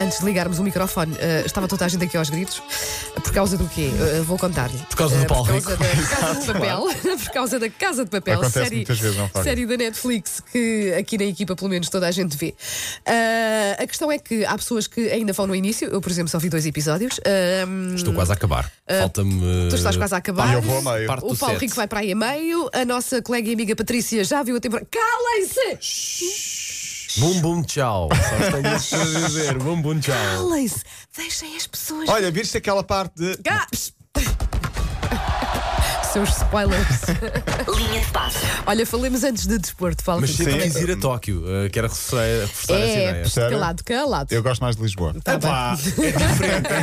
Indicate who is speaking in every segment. Speaker 1: antes de ligarmos o microfone, eh, estava toda a gente aqui aos gritos. Por causa do quê? Eh, vou contar-lhe.
Speaker 2: Por causa do
Speaker 1: Eh,
Speaker 2: Paulo
Speaker 1: por causa
Speaker 2: Rico.
Speaker 1: Da casa de papel. por causa da Casa de Papel.
Speaker 3: Acontece
Speaker 1: série,
Speaker 3: muitas vezes, não faz?
Speaker 1: série da Netflix que aqui na equipa, pelo menos, toda a gente vê. Eh, a questão é que há pessoas que ainda vão no início. Eu, por exemplo, só vi dois episódios. Eh,
Speaker 2: Estou quase a acabar. Falta-me.
Speaker 1: Ah,
Speaker 2: eh,
Speaker 1: Tu estás quase a acabar.
Speaker 3: E eu vou a meio.
Speaker 2: Parte
Speaker 1: O
Speaker 2: do
Speaker 1: Paulo
Speaker 2: sete.
Speaker 1: Rico vai para aí a meio. A nossa colega e amiga Patrícia já viu a temporada. Calem-se!
Speaker 2: Bum bum tchau. Só é tenho isso para dizer. Bum bum tchau.
Speaker 1: Calem-se! Deixem as pessoas.
Speaker 3: Olha, viste aquela parte de.
Speaker 1: Cá! Psst. Seus spoilers.
Speaker 4: Linha de passe.
Speaker 1: Olha, falemos antes de desporto, Paulo
Speaker 2: Mas
Speaker 1: Rico.
Speaker 2: sempre
Speaker 3: Sim.
Speaker 2: quis ir a Tóquio. Uh, quero reforçar, reforçar essa
Speaker 1: É,
Speaker 2: ideia.
Speaker 1: psst,
Speaker 3: Sério?
Speaker 1: calado, calado.
Speaker 3: Eu gosto mais de Lisboa.
Speaker 1: Tá bem.
Speaker 2: Epá, é diferente, é diferente,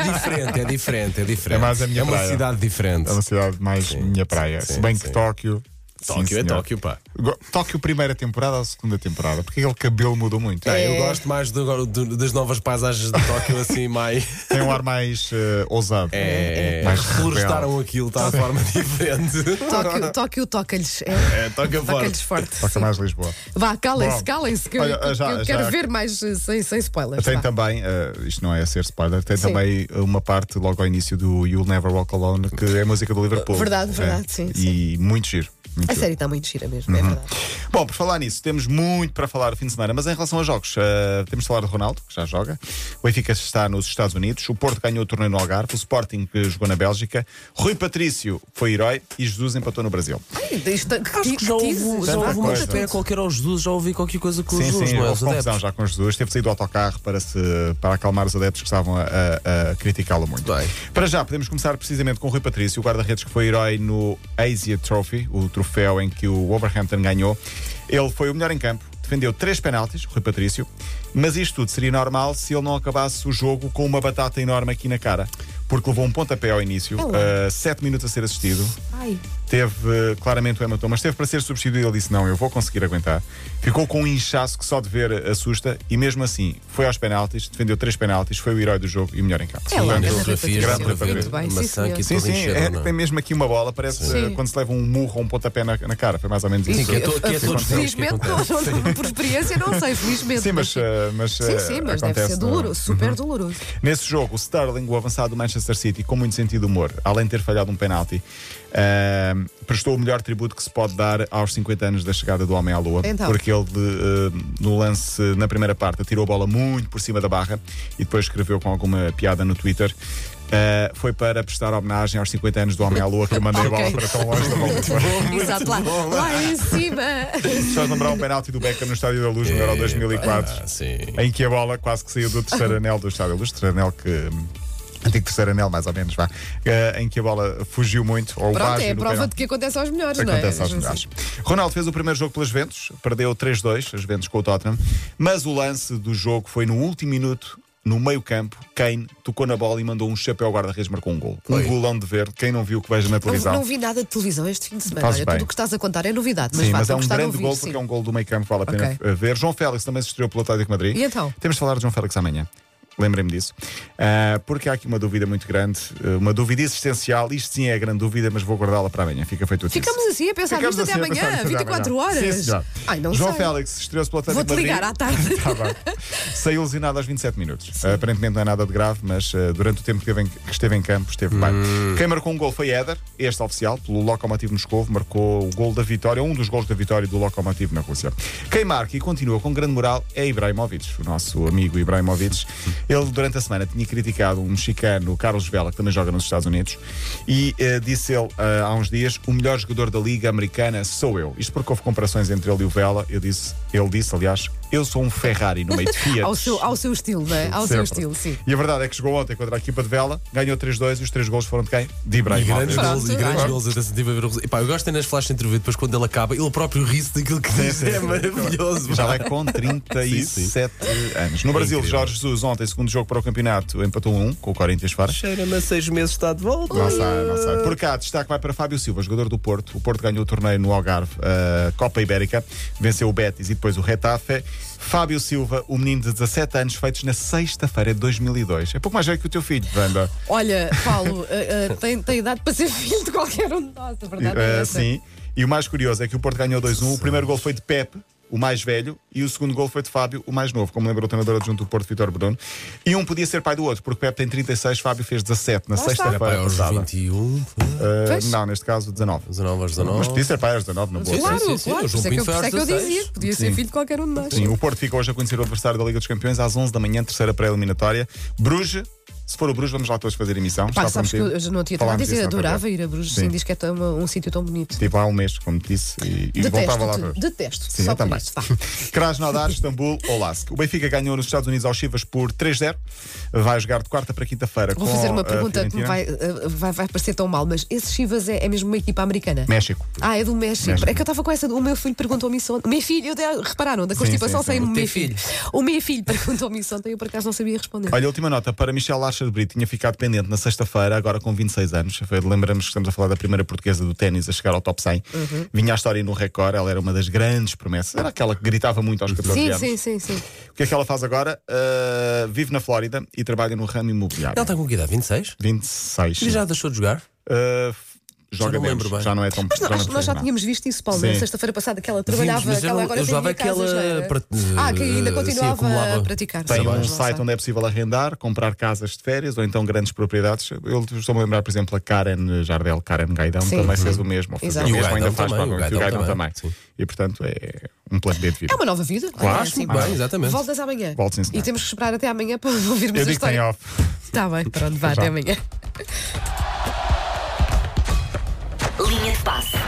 Speaker 2: é diferente, é diferente.
Speaker 3: É mais a minha
Speaker 2: É uma
Speaker 3: praia.
Speaker 2: cidade diferente.
Speaker 3: É uma cidade mais minha praia.
Speaker 2: sim,
Speaker 3: Se bem
Speaker 2: sim.
Speaker 3: que Tóquio.
Speaker 2: Tóquio
Speaker 3: sim,
Speaker 2: é
Speaker 3: senhor.
Speaker 2: Tóquio, pá.
Speaker 3: Go- Tóquio, primeira temporada ou segunda temporada? Porque aquele cabelo mudou muito.
Speaker 2: Ah, Eu
Speaker 1: É.
Speaker 2: gosto mais do- do- das novas paisagens de Tóquio, assim, mais.
Speaker 3: Tem um ar mais eh, ousado.
Speaker 2: É,
Speaker 3: Mais
Speaker 2: reflorestaram aquilo, está de forma diferente.
Speaker 1: Tóquio, Tóquio toca-lhes. É,
Speaker 2: É, Tóquio
Speaker 1: Toca-lhes
Speaker 2: forte.
Speaker 1: forte.
Speaker 3: Toca
Speaker 1: sim.
Speaker 3: mais Lisboa.
Speaker 1: Vá, calem-se,
Speaker 3: Bom.
Speaker 1: calem-se, que eu,
Speaker 3: Olha, já- é
Speaker 1: eu quero
Speaker 3: já-
Speaker 1: ver mais eh, sem, sem spoilers.
Speaker 3: Tem
Speaker 1: vá.
Speaker 3: também, eh, isto não é a ser spoiler, tem
Speaker 1: Sim.
Speaker 3: também uma parte logo ao início do You'll Never Walk Alone, que é a música do Liverpool.
Speaker 1: Verdade,
Speaker 3: É.
Speaker 1: verdade, sim,
Speaker 3: E muito giro. Muito
Speaker 1: A
Speaker 3: giro.
Speaker 1: série está muito gira mesmo,
Speaker 3: Hum.
Speaker 1: é verdade.
Speaker 3: Bom, por falar nisso, temos muito para falar o fim de semana, mas em relação a jogos, eh, temos de falar de Ronaldo, que já joga. O Benfica está nos Estados Unidos, o Porto ganhou o torneio no Algarve, o Sporting que jogou na Bélgica, Rui Patrício foi herói e Jesus empatou no Brasil.
Speaker 1: Ai, isto-
Speaker 5: Acho que já houve,
Speaker 1: teases,
Speaker 5: já
Speaker 1: vá,
Speaker 5: houve uma
Speaker 3: coisa.
Speaker 5: espera qualquer aos Jesus, já ouvi qualquer coisa com os
Speaker 3: Sim,
Speaker 5: Jesus,
Speaker 3: sim,
Speaker 5: não é?
Speaker 3: houve
Speaker 5: Os
Speaker 3: confusão
Speaker 5: adeptos.
Speaker 3: já com Jesus. Teve saído do autocarro para, se, para acalmar os adeptos que estavam a, a- a criticá-lo muito.
Speaker 2: Bem.
Speaker 3: Para já, podemos começar precisamente com o Rui Patrício, o guarda-redes que foi herói no Asia Trophy, o troféu em que o Wolverhampton ganhou. Ele foi o melhor em campo, defendeu três penaltis, Rui Patrício, mas isto tudo seria normal se ele não acabasse o jogo com uma batata enorme aqui na cara. Porque levou um pontapé ao início,
Speaker 1: Ela.
Speaker 3: eh, sete minutos a ser assistido,
Speaker 1: Ai,
Speaker 3: Teve eh, claramente o hematoma, mas teve para ser substituído. Ele disse: Não, eu vou conseguir aguentar. Ficou com um inchaço que só de ver eh, assusta e, mesmo assim, foi aos penaltis, defendeu três penaltis, foi o herói do jogo e o melhor em campo.
Speaker 1: É lá,
Speaker 3: Portanto,
Speaker 1: grande
Speaker 2: fotografias,
Speaker 3: grande
Speaker 2: dá para ver
Speaker 3: Muito
Speaker 1: bem, sim,
Speaker 2: maçã
Speaker 1: senhor.
Speaker 2: aqui
Speaker 3: Sim,
Speaker 2: toda
Speaker 3: sim,
Speaker 2: enchida,
Speaker 3: é,
Speaker 2: não é?
Speaker 3: tem mesmo aqui uma bola, parece
Speaker 1: Sim.
Speaker 3: eh, quando se leva um murro ou um pontapé na, na cara. Foi mais ou menos isso.
Speaker 2: que é to- que é
Speaker 1: eu-
Speaker 2: todos os dias que
Speaker 1: Felizmente, não,
Speaker 2: acontece.
Speaker 1: não, não, por experiência, não sei, felizmente.
Speaker 3: Sim, mas, eh, mas,
Speaker 1: assim. Sim,
Speaker 3: eh,
Speaker 1: sim, mas deve
Speaker 3: acontece,
Speaker 1: ser
Speaker 3: não é?
Speaker 1: doloroso, super doloroso.
Speaker 3: Nesse jogo, o Sterling, o avançado do Manchester City, com muito sentido de humor, além de ter falhado um penalti, ehm, prestou o melhor tributo que se pode dar aos 50 anos da chegada do Homem à Lua.
Speaker 1: Então.
Speaker 3: Porque ele, de, eh, no lance, na primeira parte, tirou a bola muito por cima da barra e depois escreveu com alguma piada no Twitter. eh, foi para prestar homenagem aos 50 anos do Homem à Lua que eu mandei a bola
Speaker 1: Ok.
Speaker 3: para tão longe da bola.
Speaker 1: Exato, lá, lá em cima.
Speaker 3: Só lembrar um penalti do Beckham no Estádio da Luz no Euro 2004
Speaker 2: Ah, sim.
Speaker 3: em que a bola quase que saiu do terceiro anel do estádio Luz, terceiro anel que. hum, Antigo terceiro anel, mais ou menos, vá. eh, em que a bola fugiu muito, ou o
Speaker 1: Pronto,
Speaker 3: Baggio
Speaker 1: é a
Speaker 3: no
Speaker 1: prova
Speaker 3: penalti.
Speaker 1: de que acontece aos melhores, não é?
Speaker 3: Acontece aos
Speaker 1: Sim.
Speaker 3: melhores. Ronaldo fez o primeiro jogo pelas Ventos, perdeu 3-2, as Ventos com o Tottenham, mas o lance do jogo foi no último minuto, no meio-campo. Kane tocou na bola e mandou um chapéu ao guarda-redes, marcou um gol. Um golão de verde, quem não viu que veja na
Speaker 1: Não,
Speaker 3: televisão.
Speaker 1: não vi nada de televisão este fim de semana.
Speaker 3: Fazes
Speaker 1: Olha,
Speaker 3: bem.
Speaker 1: tudo o que estás a contar é novidade, mas
Speaker 3: Sim,
Speaker 1: vá,
Speaker 3: mas
Speaker 1: estou
Speaker 3: é
Speaker 1: a
Speaker 3: um
Speaker 1: gostar de
Speaker 3: grande
Speaker 1: ouvir,
Speaker 3: gol
Speaker 1: sim.
Speaker 3: porque é um gol do meio campo, vale a pena
Speaker 1: Ok.
Speaker 3: eh, ver. João Félix também se estreou pelo Atlético de Madrid.
Speaker 1: E então?
Speaker 3: Temos de falar de João Félix amanhã. Lembrem-me disso. Ah, porque há aqui uma dúvida muito grande, eh, uma dúvida existencial. Isto sim é a grande dúvida, mas vou guardá-la para amanhã. Fica feito o teaser.
Speaker 1: Ficamos assim a pensar
Speaker 3: Ficamos
Speaker 1: nisto até
Speaker 3: assim a pensar
Speaker 1: amanhã,
Speaker 3: nisto até
Speaker 1: 24
Speaker 3: amanhã.
Speaker 1: horas.
Speaker 3: Sim, senhor.
Speaker 1: Ai, não
Speaker 3: João
Speaker 1: sei.
Speaker 3: Félix estreou-se pelo Atlético de
Speaker 1: Vou-te
Speaker 3: Madrid.
Speaker 1: ligar à tarde.
Speaker 3: Tá bem. Saiu lesionado aos 27 minutos. Aparentemente não é nada de grave, mas eh, durante o tempo que esteve em, que esteve em campo esteve bem. Quem marcou um gol foi Éder, este oficial, pelo Lokomotiv Moscovo, marcou o gol da vitória, um dos gols da vitória do Lokomotiv na Rússia. Quem marca e continua com grande moral é Ibrahimovic, o nosso amigo Ibrahimovic. Ele durante a semana tinha criticado um mexicano, o Carlos Vela, que também joga nos Estados Unidos, e eh, disse ele eh, há uns dias: o melhor jogador da Liga Americana sou eu. Isto porque houve comparações entre ele e o Vela. Eu disse, ele disse, aliás, eu sou um Ferrari no meio de Fiat.
Speaker 1: Ao seu, ao seu estilo, não é? Ao seu
Speaker 3: Sempre.
Speaker 1: estilo, sim.
Speaker 3: E a verdade é que jogou ontem contra a equipa de Vela, ganhou 3-2 e os três gols foram de quem? De
Speaker 2: E grandes
Speaker 3: Ibrahimovic.
Speaker 1: Pronto.
Speaker 2: gols, e grandes
Speaker 1: Pronto.
Speaker 2: gols, até senti a ver o resultado. E pá, eu gosto é nas flash de entrevista, depois quando ele acaba, ele próprio ri-se daquilo que diz. É maravilhoso.
Speaker 3: Já vai com 37 anos. No Brasil,
Speaker 2: incrível.
Speaker 3: Jorge Jesus, ontem, segundo jogo para o campeonato, empatou 1 com o Corinthians Faro.
Speaker 5: Cheira-me a seis meses está de volta.
Speaker 3: Não sei, não sei. Por cá, destaque vai para Fábio Silva, jogador do Porto. O Porto ganhou o torneio no Algarve, a Copa Ibérica, venceu o Betis e depois o Retafe. Fábio Silva, o menino de 17 anos, feitos na sexta-feira de 2002. É pouco mais velho que o teu filho, Wanda.
Speaker 1: Olha, Paulo, eh, eh, tem, tem idade para ser filho de qualquer um de nós, a verdade é
Speaker 3: Eh,
Speaker 1: essa.
Speaker 3: sim. E o mais curioso é que o Porto ganhou 2-1. O um. primeiro gol foi de Pepe, o mais velho, e o segundo gol foi de Fábio, o mais novo, como lembrou o treinador adjunto do Porto, Vitor Bruno. E um podia ser pai do outro, porque Pepe tem 36, Fábio fez 17 na
Speaker 5: está.
Speaker 2: Era pai
Speaker 3: sexta-feira.
Speaker 2: aos
Speaker 3: passada.
Speaker 2: 21,
Speaker 3: Ah,
Speaker 1: Pois.
Speaker 3: não, neste caso 19.
Speaker 2: 19 aos
Speaker 3: Mas
Speaker 2: 19.
Speaker 3: podia ser pai aos 19, na boa.
Speaker 2: Sim,
Speaker 1: Claro,
Speaker 2: sim, sim,
Speaker 1: claro.
Speaker 2: o
Speaker 1: Por
Speaker 2: João
Speaker 1: isso é que
Speaker 2: Pinto
Speaker 1: eu, por isso
Speaker 2: foi aos
Speaker 1: é que eu
Speaker 2: 16.
Speaker 1: dizia. Podia ser filho de qualquer um de nós.
Speaker 3: Sim, o Porto fica hoje a conhecer o adversário da Liga dos Campeões às 11 da manhã, terceira pré-eliminatória. Bruges, se for o Bruges, vamos lá todos fazer emissão.
Speaker 1: Pá,
Speaker 3: Está
Speaker 1: sabes que eu
Speaker 3: prometido.
Speaker 1: eu não tinha
Speaker 3: um
Speaker 1: trabalho
Speaker 3: Falámos
Speaker 1: a dizer,
Speaker 3: disso na outra
Speaker 1: adorava
Speaker 3: vez.
Speaker 1: ir a Bruges,
Speaker 3: Sim.
Speaker 1: sim, diz que é tão- um sítio tão bonito.
Speaker 3: Estive lá um mês, como te disse, e, e voltava lá.
Speaker 1: Detesto-te,
Speaker 3: hoje.
Speaker 1: detesto
Speaker 3: Sim,
Speaker 1: só
Speaker 3: eu
Speaker 1: por
Speaker 3: também.
Speaker 1: isso. Vá.
Speaker 3: Krasnodar, Istambul, Olask. O Benfica ganhou nos Estados Unidos aos Chivas por 3-0. Vai jogar de quarta para quinta-feira.
Speaker 1: Vou
Speaker 3: com
Speaker 1: fazer
Speaker 3: a
Speaker 1: uma pergunta que me
Speaker 3: Oh, Fiorentina.
Speaker 1: vai, eh, vai, vai parecer tão mal, mas esse Chivas é, é mesmo uma equipa americana?
Speaker 3: México.
Speaker 1: Ah, é do México.
Speaker 3: México.
Speaker 1: É que eu estava com essa. O meu filho perguntou-me isso ontem. O meu filho, eu dei- repararam, da constipação
Speaker 3: sim, sim.
Speaker 1: saiu o
Speaker 2: Tem
Speaker 1: meu filho.
Speaker 2: filho.
Speaker 1: O meu filho perguntou-me isso ontem, eu por acaso não sabia responder.
Speaker 3: Olha, última nota para Michel Larcher de Brito. Tinha ficado pendente na sexta-feira, agora com 26 anos. Foi- Lembramos que estamos a falar da primeira portuguesa do ténis a chegar ao top 100.
Speaker 1: Uhum.
Speaker 3: Vinha a história no Record, ela era uma das grandes promessas. Era aquela que gritava muito aos 14
Speaker 1: sim,
Speaker 3: anos.
Speaker 1: sim, sim, sim.
Speaker 3: O que é que ela faz agora? Uh, vive na Flórida e trabalha no ramo imobiliário.
Speaker 2: Ela está com que idade? 26?
Speaker 3: 26.
Speaker 2: E já deixou de jogar?
Speaker 3: Uh, f- joga
Speaker 2: não me lembro
Speaker 3: demos.
Speaker 2: bem.
Speaker 3: Já não é tão
Speaker 1: Mas não,
Speaker 3: não é
Speaker 1: acho que nós já
Speaker 3: profissional.
Speaker 1: tínhamos visto isso, Paulo,
Speaker 3: Sim.
Speaker 1: na sexta-feira passada, que ela trabalhava,
Speaker 2: Vimos, mas
Speaker 1: que ela
Speaker 2: eu-
Speaker 1: agora
Speaker 2: eu
Speaker 1: tem
Speaker 2: usava
Speaker 1: em casa,
Speaker 2: aquela
Speaker 1: já era.
Speaker 2: pra-
Speaker 1: Ah, que ainda
Speaker 2: eh,
Speaker 1: continuava
Speaker 2: sim, acumulava.
Speaker 1: a praticar.
Speaker 3: Tem
Speaker 1: Sim,
Speaker 3: um
Speaker 1: mas lá
Speaker 3: site
Speaker 1: está.
Speaker 3: onde é possível arrendar, comprar casas de férias ou então grandes propriedades. Eu estou-me a lembrar, por exemplo, a Karen Jardel, Karen Gaidão,
Speaker 1: Sim.
Speaker 3: também fez o mesmo. ou fez
Speaker 1: Exato.
Speaker 3: o
Speaker 1: E o
Speaker 3: mesmo,
Speaker 2: Gaidão também,
Speaker 3: qualquer
Speaker 2: o
Speaker 3: coisa,
Speaker 2: Gaidão também.
Speaker 3: E portanto é um plano B de vida.
Speaker 1: É uma nova vida.
Speaker 3: Claro,
Speaker 1: Ah,
Speaker 2: Acho
Speaker 1: sim.
Speaker 2: muito bem, exatamente.
Speaker 1: Voltas amanhã.
Speaker 3: Volto, sim, senhor.
Speaker 1: e temos que esperar até amanhã para ouvirmos
Speaker 3: Eu
Speaker 1: a
Speaker 3: digo que tem
Speaker 1: história.
Speaker 3: off.
Speaker 1: Está Tá bem, pronto, vá,
Speaker 3: Já.
Speaker 1: até amanhã.
Speaker 4: Linha de passe.